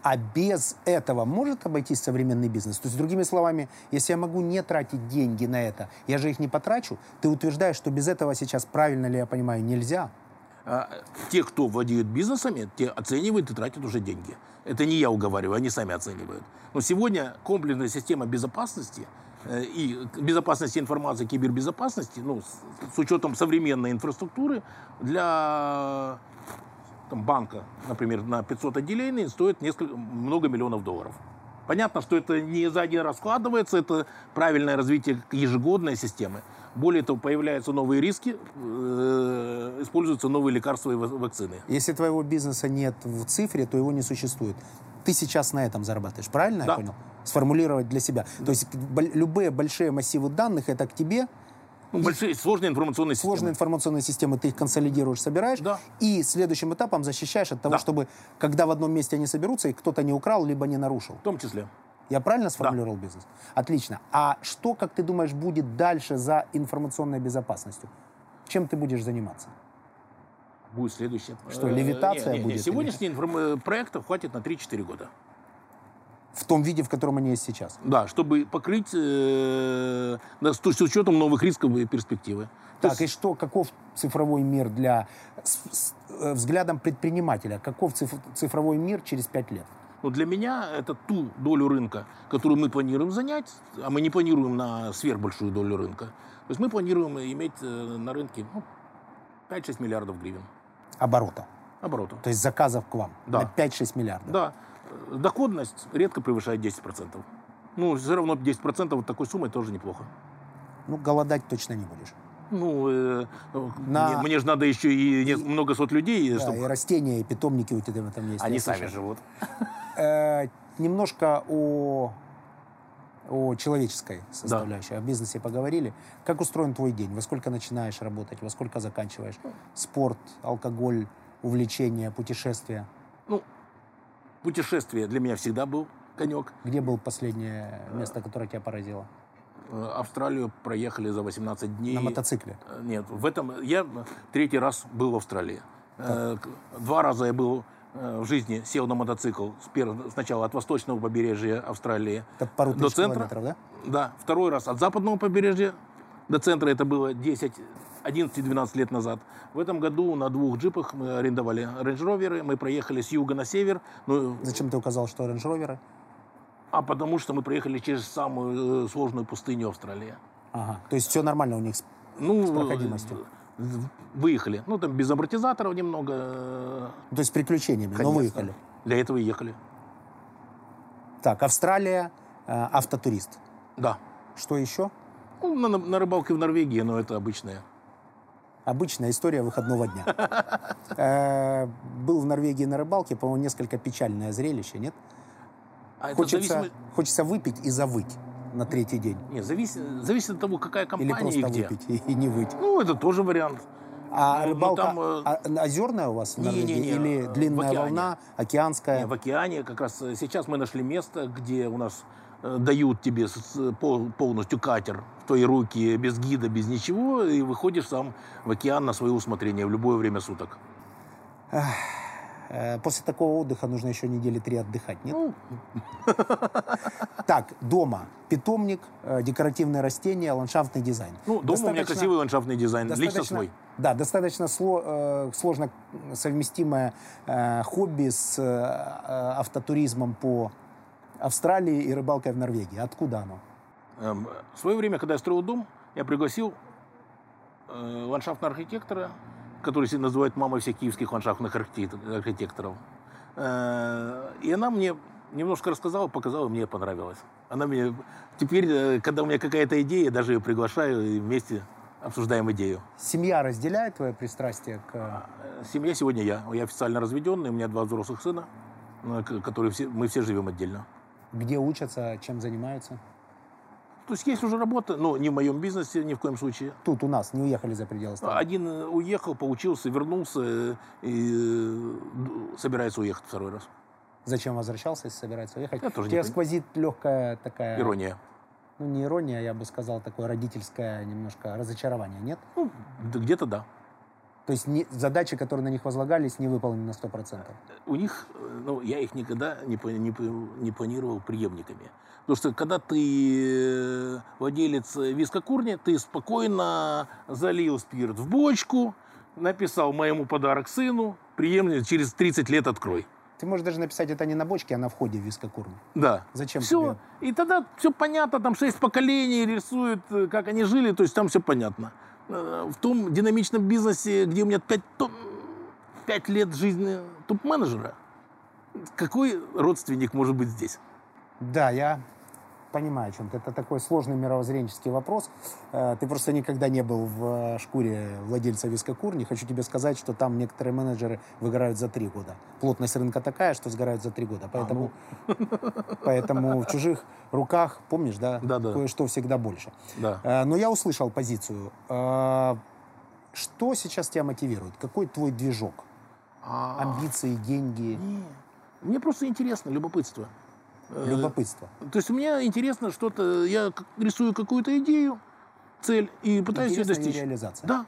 S1: А без этого может обойтись современный бизнес? То есть, другими словами, если я могу не тратить деньги на это, я же их не потрачу, ты утверждаешь, что без этого сейчас, правильно ли я понимаю, нельзя?
S2: А, те, кто владеют бизнесами, те оценивают и тратят уже деньги. Это не я уговариваю, они сами оценивают. Но сегодня комплексная система безопасности э, и к- безопасности информации, кибербезопасности, ну, с, с учетом современной инфраструктуры для там, банка, например, на 500 отделений стоит несколько, много миллионов долларов. Понятно, что это не за один раз складывается, это правильное развитие ежегодной системы. Более того, появляются новые риски, э, используются новые лекарства и ва- вакцины.
S1: Если твоего бизнеса нет в цифре, то его не существует. Ты сейчас на этом зарабатываешь, правильно
S2: Да.
S1: я понял? Сформулировать для себя. То есть бол- любые большие массивы данных это к тебе,
S2: Ну, большие, сложные информационные
S1: сложные
S2: системы.
S1: информационные системы, ты их консолидируешь, собираешь,
S2: Да.
S1: и следующим этапом защищаешь от того,
S2: Да.
S1: чтобы когда в одном месте они соберутся, их кто-то не украл, либо не нарушил.
S2: В том числе.
S1: Я правильно сформулировал бизнес? Отлично. А что, как ты думаешь, будет дальше за информационной безопасностью? Чем ты будешь заниматься?
S2: Будет следующее.
S1: Что,
S2: Э,
S1: левитация
S2: не, не, не.
S1: будет или
S2: Сегодняшних информ- проектов хватит на 3-4 года.
S1: В том виде, в котором они есть сейчас.
S2: Да, чтобы покрыть э, да, с с учетом новых рисков и перспективы. То
S1: Так, и что, каков цифровой мир для с, с, э, взглядом предпринимателя? Каков циф- цифровой мир через пять лет?
S2: Но для меня это ту долю рынка, которую мы планируем занять, а мы не планируем на сверхбольшую долю рынка. То есть мы планируем иметь э, на рынке ну, 5-6 миллиардов гривен
S1: Оборота.
S2: оборота.
S1: То есть заказов к вам
S2: Да.
S1: на 5-6 миллиардов.
S2: Да, э, доходность редко превышает 10%. Ну, все равно 10% вот такой суммы тоже неплохо.
S1: Ну, голодать точно не будешь.
S2: Ну, э, э,
S1: На-
S2: мне, же надо еще и, не- много сот людей,
S1: Да,
S2: чтобы
S1: и растения, и питомники у тебя в этом есть.
S2: они
S1: Я
S2: сами
S1: слышал.
S2: живут.
S1: Э, немножко о, о человеческой составляющей, о бизнесе поговорили. Как устроен твой день? Во сколько начинаешь работать? Во сколько заканчиваешь? Спорт, алкоголь, увлечения, путешествия?
S2: Ну, путешествие для меня всегда был конек.
S1: Где было последнее место, которое тебя поразило?
S2: Э, Австралию проехали за 18 дней.
S1: На мотоцикле.
S2: Э, Нет, в этом я третий раз был в Австралии. Э, к- Два раза я был э, в жизни, сел на мотоцикл с перв- сначала от восточного побережья Австралии
S1: Это пару
S2: до
S1: тысяч
S2: центра.
S1: километров, да?
S2: Да, второй раз от западного побережья до центра это было 10, 11-12 лет назад. В этом году на двух джипах мы арендовали Range Rover, мы проехали с юга на север, ну,
S1: Зачем ты указал, что Range Rover?
S2: а потому что мы проехали через самую э, сложную пустыню Австралии.
S1: Ага. То есть все нормально у них с
S2: Ну,
S1: С проходимостью.
S2: э, в- Выехали. Ну, там без амортизаторов немного. э,
S1: То есть с приключениями, но
S2: конечно.
S1: выехали.
S2: Для этого и ехали.
S1: Так, Австралия, э, автотурист.
S2: Да.
S1: Что еще?
S2: Ну, на, на- на рыбалке в Норвегии, но это обычное.
S1: Обычная история выходного дня. Э, Был в Норвегии на рыбалке, по-моему, несколько печальное зрелище, нет?
S2: А это
S1: Хочется,
S2: зависимо-
S1: хочется выпить и завыть на третий день.
S2: Не, завис- зависит от того, какая
S1: Или
S2: компания и
S1: просто
S2: где.
S1: выпить и, и не выть.
S2: Ну, это тоже вариант.
S1: А
S2: Ну, ну,
S1: рыбалка
S2: там, э,
S1: а- озерная у вас в
S2: не-не-не,
S1: Норвегии?
S2: э,
S1: Или
S2: в
S1: длинная
S2: океане.
S1: волна, океанская?
S2: Не, в океане как раз э, сейчас мы нашли место, где у нас э, дают тебе с- с- пол- полностью катер в твои руки, без гида, без ничего, и выходишь сам в океан на свое усмотрение в любое время суток.
S1: Э, После такого отдыха нужно еще недели три отдыхать, нет?
S2: Ну,
S1: Так, дома. Питомник, э, декоративные растения, ландшафтный дизайн.
S2: ну, дома у меня
S1: Достаточно-
S2: красивый ландшафтный дизайн, лично
S1: достаточно-
S2: свой.
S1: Да, достаточно сло- э, сложно совместимое э, хобби с э, э, автотуризмом по Австралии и рыбалкой в Норвегии. Откуда оно?
S2: Эм, В свое время, когда я строил дом, я пригласил э, ландшафтного архитектора, который себя называет мамой всех киевских ландшафтных архитек- архитекторов. Э, И она мне немножко рассказала, показала, мне понравилось. Она мне теперь, э, когда у меня какая-то идея, я даже ее приглашаю и вместе обсуждаем идею.
S1: Семья разделяет твое пристрастие к... э,
S2: Э, Семья сегодня я. Я официально разведенный, у меня два взрослых сына, э, к- которые все, мы все живем отдельно.
S1: Где учатся, чем занимаются?
S2: То есть есть уже работа, но не в моем бизнесе ни в коем случае.
S1: Тут у нас, не уехали за пределы страны.
S2: Один э, уехал, поучился, вернулся э, и э, ду- собирается уехать второй раз.
S1: Зачем возвращался, если собирается уехать?
S2: Я тоже
S1: У
S2: не
S1: тебя
S2: понимаю.
S1: сквозит легкая такая...
S2: Ирония.
S1: Ну, не ирония, я бы сказал, такое родительское немножко разочарование, нет?
S2: Ну, д- где-то да.
S1: То есть не- задачи, которые на них возлагались, не выполнены на 100%.
S2: У них, э, ну, я их никогда не, пла- не, пла- не планировал преемниками. Потому что когда ты э, владелец э, вискокурни, ты спокойно залил спирт в бочку, написал моему подарок сыну, преемник через 30 лет открой.
S1: Ты можешь даже написать это не на бочке, а на входе в вискокурню.
S2: Да.
S1: Зачем
S2: Все.
S1: тебе?
S2: И тогда все понятно, там шесть поколений рисуют, э, как они жили, то есть там все понятно. Э, В том динамичном бизнесе, где у меня пять, то- пять лет жизни топ-менеджера, какой родственник может быть здесь?
S1: Да, я понимаю, о чем ты. Это такой сложный мировоззренческий вопрос. Э, Ты просто никогда не был в э, шкуре владельца вискокурни. Хочу тебе сказать, что там некоторые менеджеры выгорают за три года. Плотность рынка такая, что сгорают за три года. Поэтому, ну. поэтому в чужих руках, помнишь, да,
S2: Да-да.
S1: кое-что всегда больше.
S2: Да.
S1: Э, Но я услышал позицию. Э, Что сейчас тебя мотивирует? Какой твой движок? А. Амбиции, деньги,
S2: Не. А, Мне просто интересно, любопытство. Э,
S1: любопытство?
S2: То есть мне интересно что-то, я к- рисую какую-то идею, цель и пытаюсь ее
S1: Интересная её
S2: достичь.
S1: реализация.
S2: Да,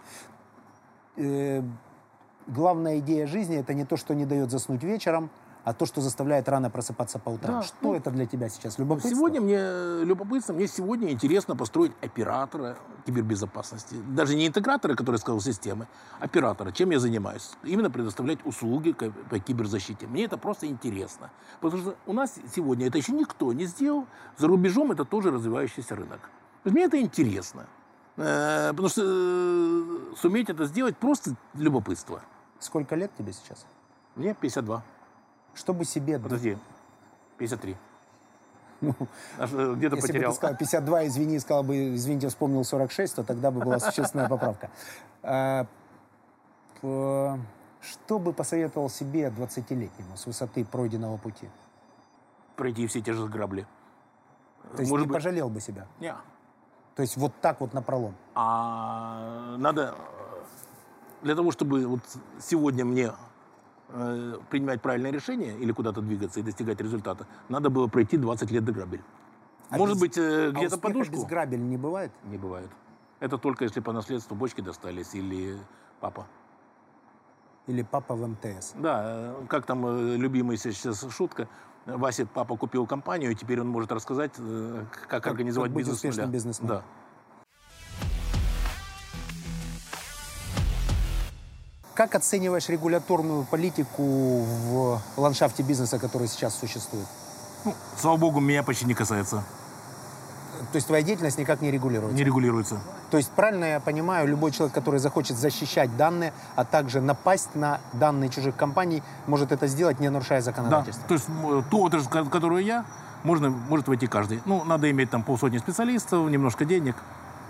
S1: э, главная идея жизни это не то, что не дает заснуть вечером, а то, что заставляет рано просыпаться по утрам.
S2: Да,
S1: что
S2: ну,
S1: это для тебя сейчас? Любопытство?
S2: Сегодня мне э, любопытно, мне сегодня интересно построить оператора кибербезопасности. Даже не интегратора, который сказал системы, оператора. Чем я занимаюсь? Именно предоставлять услуги ко- по киберзащите. Мне это просто интересно. Потому что у нас сегодня это еще никто не сделал. За рубежом это тоже развивающийся рынок. То есть Мне это интересно. Э, Потому что э, суметь это сделать просто любопытство.
S1: Сколько лет тебе сейчас?
S2: Мне 52.
S1: Чтобы себе...
S2: Подожди. 53.
S1: Ну,
S2: Аж, э, Где-то
S1: если бы
S2: потерял.
S1: ты сказал 52, извини, и сказал бы, извините, вспомнил 46, то тогда бы была существенная поправка. А, п- Что бы посоветовал себе 20-летнему с высоты пройденного пути?
S2: пройти все те же грабли.
S1: То есть
S2: Может
S1: не
S2: быть,
S1: пожалел бы себя?
S2: не.
S1: То есть вот так вот напролом?
S2: А надо э, для того, чтобы вот сегодня мне э, принимать правильное решение или куда-то двигаться и достигать результата, надо было пройти 20 лет до грабель.
S1: А
S2: Может
S1: без-
S2: быть, э,
S1: а
S2: где-то
S1: успеха
S2: подушку?
S1: без грабель не бывает?
S2: Не бывает. Это только если по наследству бочки достались или папа.
S1: Или папа в МТС?
S2: Да, э, как там э, любимая сейчас шутка. Вася, папа купил компанию, и теперь он может рассказать, э, к- как,
S1: как
S2: организовать
S1: быть
S2: бизнес с
S1: успешным
S2: нуля.
S1: бизнесменом.
S2: Да.
S1: Как оцениваешь регуляторную политику в ландшафте бизнеса, который сейчас существует?
S2: Ну, слава богу, меня почти не касается.
S1: То есть твоя деятельность никак не регулируется?
S2: Не регулируется.
S1: То есть правильно я понимаю, любой человек, который захочет защищать данные, а также напасть на данные чужих компаний, может это сделать, не нарушая
S2: Да,
S1: законодательство?
S2: то есть м, э, ту отрасль, ко- в которую я, можно, может войти каждый. Ну, надо иметь там полсотни специалистов, немножко денег,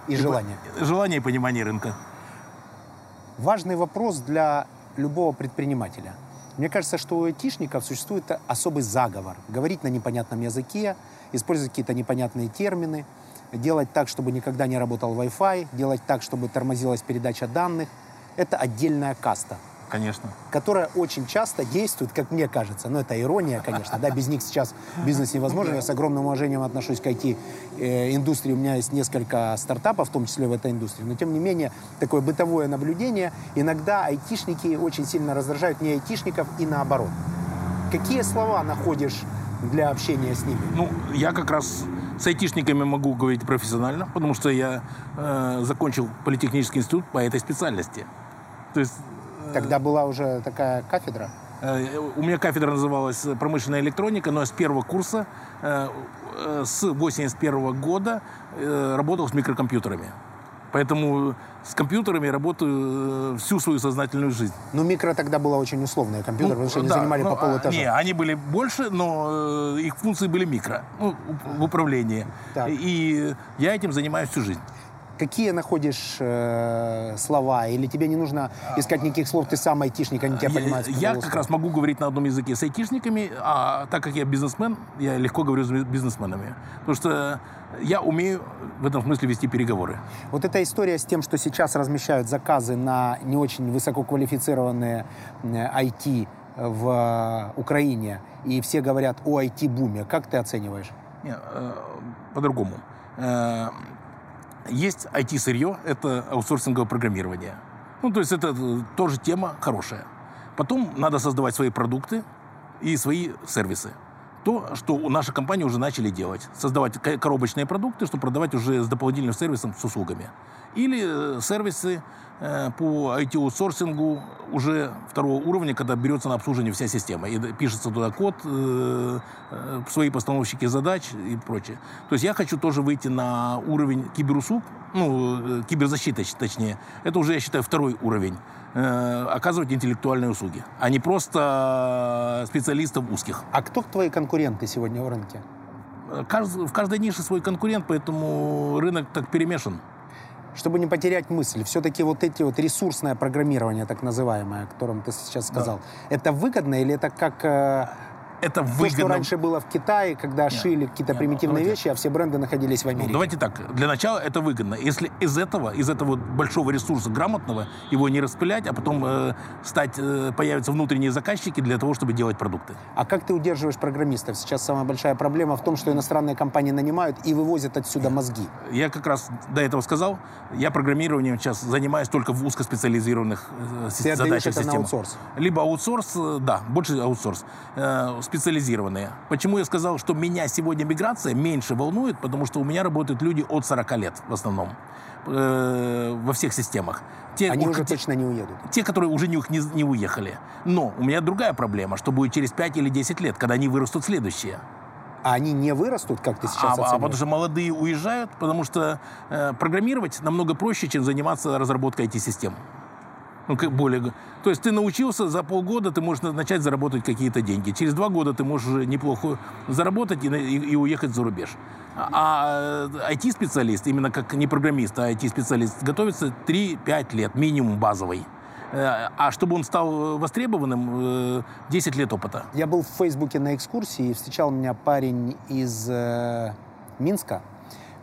S1: И желание.
S2: желание и понимание рынка.
S1: Важный вопрос для любого предпринимателя. Мне кажется, что у айтишников существует особый заговор. Говорить на непонятном языке, использовать какие-то непонятные термины, делать так, чтобы никогда не работал Wi-Fi, делать так, чтобы тормозилась передача данных. Это отдельная каста.
S2: Конечно.
S1: которая очень часто действует, как мне кажется, ну это ирония, конечно, да, без них сейчас бизнес невозможен. Я с огромным уважением отношусь к IT-индустрии, у меня есть несколько стартапов, в том числе в этой индустрии, но тем не менее такое бытовое наблюдение, иногда айтишники очень сильно раздражают не айтишников и наоборот. Какие слова находишь для общения с ними?
S2: Ну, я как раз с айтишниками могу говорить профессионально, потому что я э, закончил политехнический институт по этой специальности. То есть
S1: Тогда была уже такая кафедра.
S2: Э, У меня кафедра называлась э, «Промышленная электроника», но я с первого курса, э, э, с 81 года э, работал с микрокомпьютерами. Поэтому с компьютерами я работаю э, всю свою сознательную жизнь.
S1: Ну, микро тогда была очень условная компьютер, потому что они
S2: да,
S1: занимали
S2: ну,
S1: по
S2: а,
S1: полуэтажа.
S2: Не, они были больше, но э, их функции были микро, ну, уп- в управлении.
S1: Так.
S2: И я этим занимаюсь всю жизнь.
S1: Какие находишь э, слова? Или тебе не нужно искать никаких слов, ты сам айтишник, они тебя
S2: я,
S1: понимают? с
S2: я как
S1: удовольствием?
S2: раз могу говорить на одном языке с айтишниками, а так как я бизнесмен, я легко говорю с бизнесменами. Потому что я умею в этом смысле вести переговоры.
S1: Вот эта история с тем, что сейчас размещают заказы на не очень высококвалифицированные м, IT в э, Украине, и все говорят о IT-буме. Как ты оцениваешь?
S2: Не, э, по-другому. Э, Есть IT-сырье, это аутсорсинговое программирование. Ну, то есть это э, тоже тема хорошая. Потом надо создавать свои продукты и свои сервисы. То, что у- наши компании уже начали делать. Создавать ко- коробочные продукты, чтобы продавать уже с дополнительным сервисом, с услугами. Или э, сервисы э, по IT-аутсорсингу уже второго уровня, когда берется на обслуживание вся система. И д- пишется туда код, э, э, свои постановщики задач и прочее. То есть я хочу тоже выйти на уровень киберуслуг, ну, э, киберзащиты, точ- точнее. Это уже, я считаю, второй уровень. э, Оказывать интеллектуальные услуги, а не просто специалистов узких.
S1: А кто твои конкуренты сегодня в рынке?
S2: Э, кажд- В каждой нише свой конкурент, поэтому рынок так перемешан.
S1: Чтобы не потерять мысль, все-таки вот эти вот ресурсное программирование, так называемое, о котором ты сейчас сказал, это выгодно или это как э,
S2: Это
S1: то, что
S2: выгодно.
S1: раньше было в Китае, когда шили какие-то
S2: нет,
S1: примитивные
S2: давайте.
S1: вещи, а все бренды находились в
S2: Ну,
S1: Америке?
S2: Давайте так, для начала это выгодно. Если из этого, из этого большого ресурса грамотного, его не распылять, а потом э, стать, э, появятся внутренние заказчики для того, чтобы делать продукты.
S1: А как ты удерживаешь программистов? Сейчас самая большая проблема в том, что иностранные компании нанимают и вывозят отсюда мозги.
S2: Я как раз до этого сказал, я программированием сейчас занимаюсь только в узкоспециализированных э, си-
S1: Ты отдаешь
S2: задачах
S1: это на
S2: системы.
S1: аутсорс.
S2: Либо аутсорс, э, да, больше аутсорс, э, специализированные. Почему я сказал, что меня сегодня миграция меньше волнует, потому что у меня работают люди от 40 лет в основном э, во всех системах. Те,
S1: Они
S2: у-
S1: уже
S2: те-
S1: точно не уедут.
S2: те, которые уже не, ух- не- не уехали. Но у меня другая проблема, что будет через 5 или 10 лет, когда они вырастут следующие.
S1: А они не вырастут, как ты
S2: а,
S1: сейчас
S2: а потому
S1: оцениваешь?
S2: что молодые уезжают, потому что э, программировать намного проще, чем заниматься разработкой IT-систем. Ну, как более... г- То есть ты научился, за полгода ты можешь на- начать заработать какие-то деньги. Через два года ты можешь уже неплохо заработать и, на- и- и уехать за рубеж. А э, IT-специалист, именно как не программист, а IT-специалист, готовится 3-5 лет, минимум базовый. Э, А чтобы он стал э, востребованным, э, 10 лет опыта.
S1: Я был в Фейсбуке на экскурсии, и встречал меня парень из э, Минска,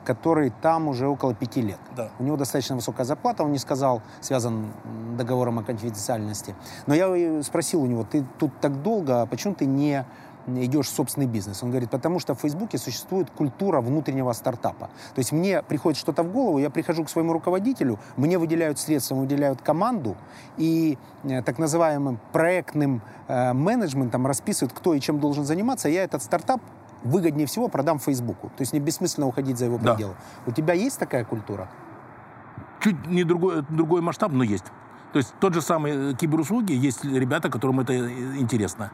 S1: который там уже около пяти лет.
S2: Да.
S1: У него достаточно высокая зарплата, он не сказал, связан м, договором о конфиденциальности. Но я и спросил у него, ты тут так долго, а почему ты не идешь в собственный бизнес? Он говорит, потому что в Фейсбуке существует культура внутреннего стартапа. То есть мне приходит что-то в голову, я прихожу к своему руководителю, мне выделяют средства, выделяют команду, и э, так называемым проектным э, менеджментом расписывают, кто и чем должен заниматься. Я этот стартап выгоднее всего продам Фейсбуку. То есть мне бессмысленно уходить за его
S2: Да.
S1: пределы. У тебя есть такая культура?
S2: чуть не другой, другой масштаб, но есть. То есть тот же самый э, киберуслуги, есть ребята, которым это э, интересно.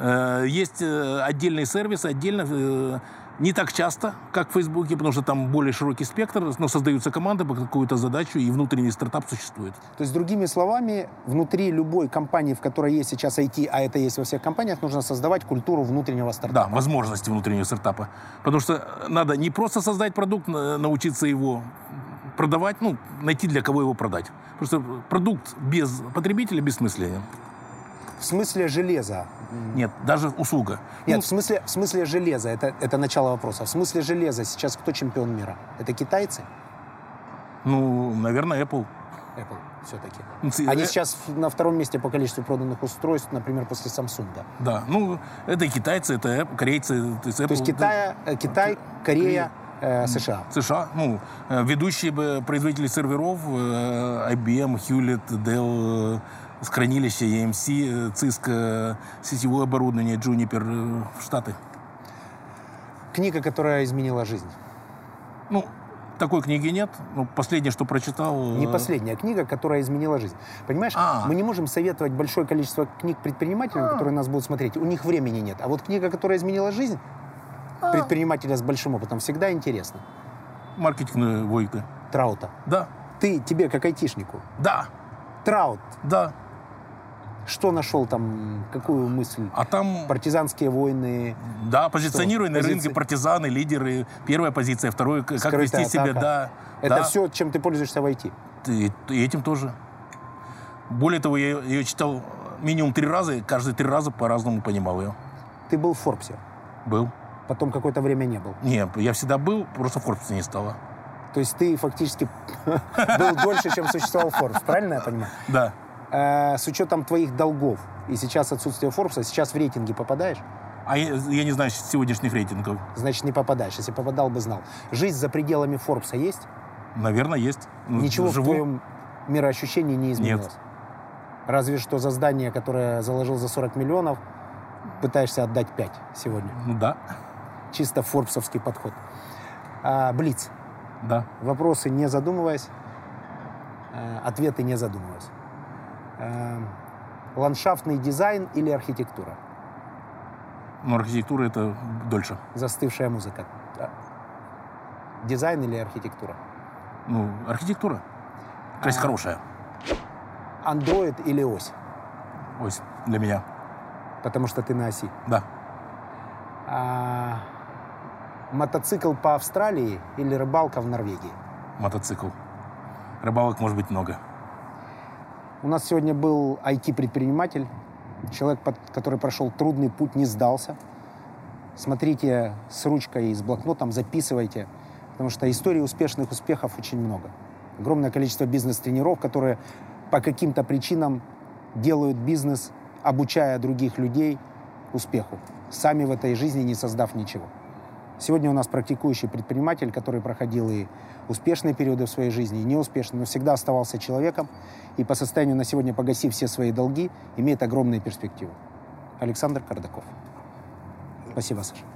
S2: Э, Есть э, отдельные сервисы, отдельно, э, не так часто, как в Фейсбуке, потому что там более широкий спектр, но создаются команды по какую-то задачу, и внутренний стартап существует.
S1: То есть, другими словами, внутри любой компании, в которой есть сейчас IT, а это есть во всех компаниях, нужно создавать культуру внутреннего стартапа.
S2: Да, возможности внутреннего стартапа. Потому что э, надо не просто создать продукт, на- научиться его продавать, ну, найти для кого его продать. Потому что э, продукт без потребителя бессмысленен.
S1: В смысле железа.
S2: Нет, даже услуга.
S1: Нет,
S2: Ну,
S1: в, смысле, в смысле железа, это, это начало вопроса. В смысле железа сейчас кто чемпион мира? Это китайцы?
S2: Ну, наверное, Apple.
S1: Apple все-таки.
S2: Ну, ты-
S1: Они
S2: э,
S1: сейчас на втором месте по количеству проданных устройств, например, после Samsung.
S2: Да, ну, это и китайцы, это Apple, корейцы, то есть Apple,
S1: То есть Китая, э, Китай, Корея, э, США.
S2: США, ну, э, ведущие бы производители серверов, э, IBM, Hewlett, Dell, э, с хранилища EMC, э, Cisco, сетевое оборудование, Juniper, э, в Штаты.
S1: Книга, которая изменила жизнь.
S2: Ну, такой книги нет. Ну, последнее, что прочитал... э,
S1: Не последняя книга, которая изменила жизнь. Понимаешь,
S2: А.
S1: мы не можем советовать большое количество книг предпринимателям, которые нас будут смотреть. У них времени нет. А вот книга, которая изменила жизнь,
S2: А.
S1: предпринимателя с большим опытом всегда интересно.
S2: Маркетинговой ты.
S1: Траута.
S2: Да,
S1: Ты, тебе, как айтишнику.
S2: да,
S1: Траут,
S2: да.
S1: что нашел там, какую мысль?
S2: А там...
S1: Партизанские войны,
S2: Да, позиционируй на
S1: Позиции-
S2: рынке партизаны, лидеры. Первая позиция, второе, к- как
S1: Скрытая
S2: вести себя,
S1: атака.
S2: да.
S1: это
S2: да.
S1: все, чем ты пользуешься в IT.
S2: И, и этим тоже. Более того, я ее читал минимум три раза, и каждые три раза по-разному понимал ее.
S1: Ты был в Форбсе,
S2: Был.
S1: потом какое-то время не был.
S2: Не, я всегда был, просто в Форбсе не стало.
S1: То есть ты фактически был дольше, чем существовал Форбс, правильно я понимаю?
S2: Да.
S1: Э, С учетом твоих долгов и сейчас отсутствие Форбса, сейчас в рейтинги попадаешь?
S2: А я, я не знаю сегодняшних рейтингов.
S1: Значит, не попадаешь. Если попадал бы, знал. Жизнь за пределами Форбса есть?
S2: Наверное, есть. Ну,
S1: Ничего
S2: живу.
S1: в твоем мироощущении не изменилось? Разве что за здание, которое заложил за 40 миллионов, пытаешься отдать 5 сегодня.
S2: Ну да,
S1: Чисто форбсовский подход. А, Блиц.
S2: да.
S1: Вопросы не задумываясь, э, ответы не задумываясь. Эм, Ландшафтный дизайн или архитектура?
S2: Но архитектура это дольше.
S1: Застывшая музыка. А, Дизайн или архитектура?
S2: Ну, архитектура. То есть
S1: А.
S2: хорошая.
S1: Андроид или ось?
S2: Ось для меня.
S1: Потому что ты на оси.
S2: Да.
S1: А, мотоцикл по Австралии или рыбалка в Норвегии?
S2: Мотоцикл. Рыбалок может быть много.
S1: У нас сегодня был IT-предприниматель, человек, под- который прошел трудный путь, не сдался. Смотрите с ручкой и с блокнотом, записывайте, потому что историй успешных успехов очень много. Огромное количество бизнес-тренеров, которые по каким-то причинам делают бизнес, обучая других людей успеху, сами в этой жизни не создав ничего. Сегодня у нас практикующий предприниматель, который проходил и успешные периоды в своей жизни, и неуспешные, но всегда оставался человеком и по состоянию на сегодня, погасив все свои долги, имеет огромные перспективы. Александр Кардаков. Спасибо, Саша.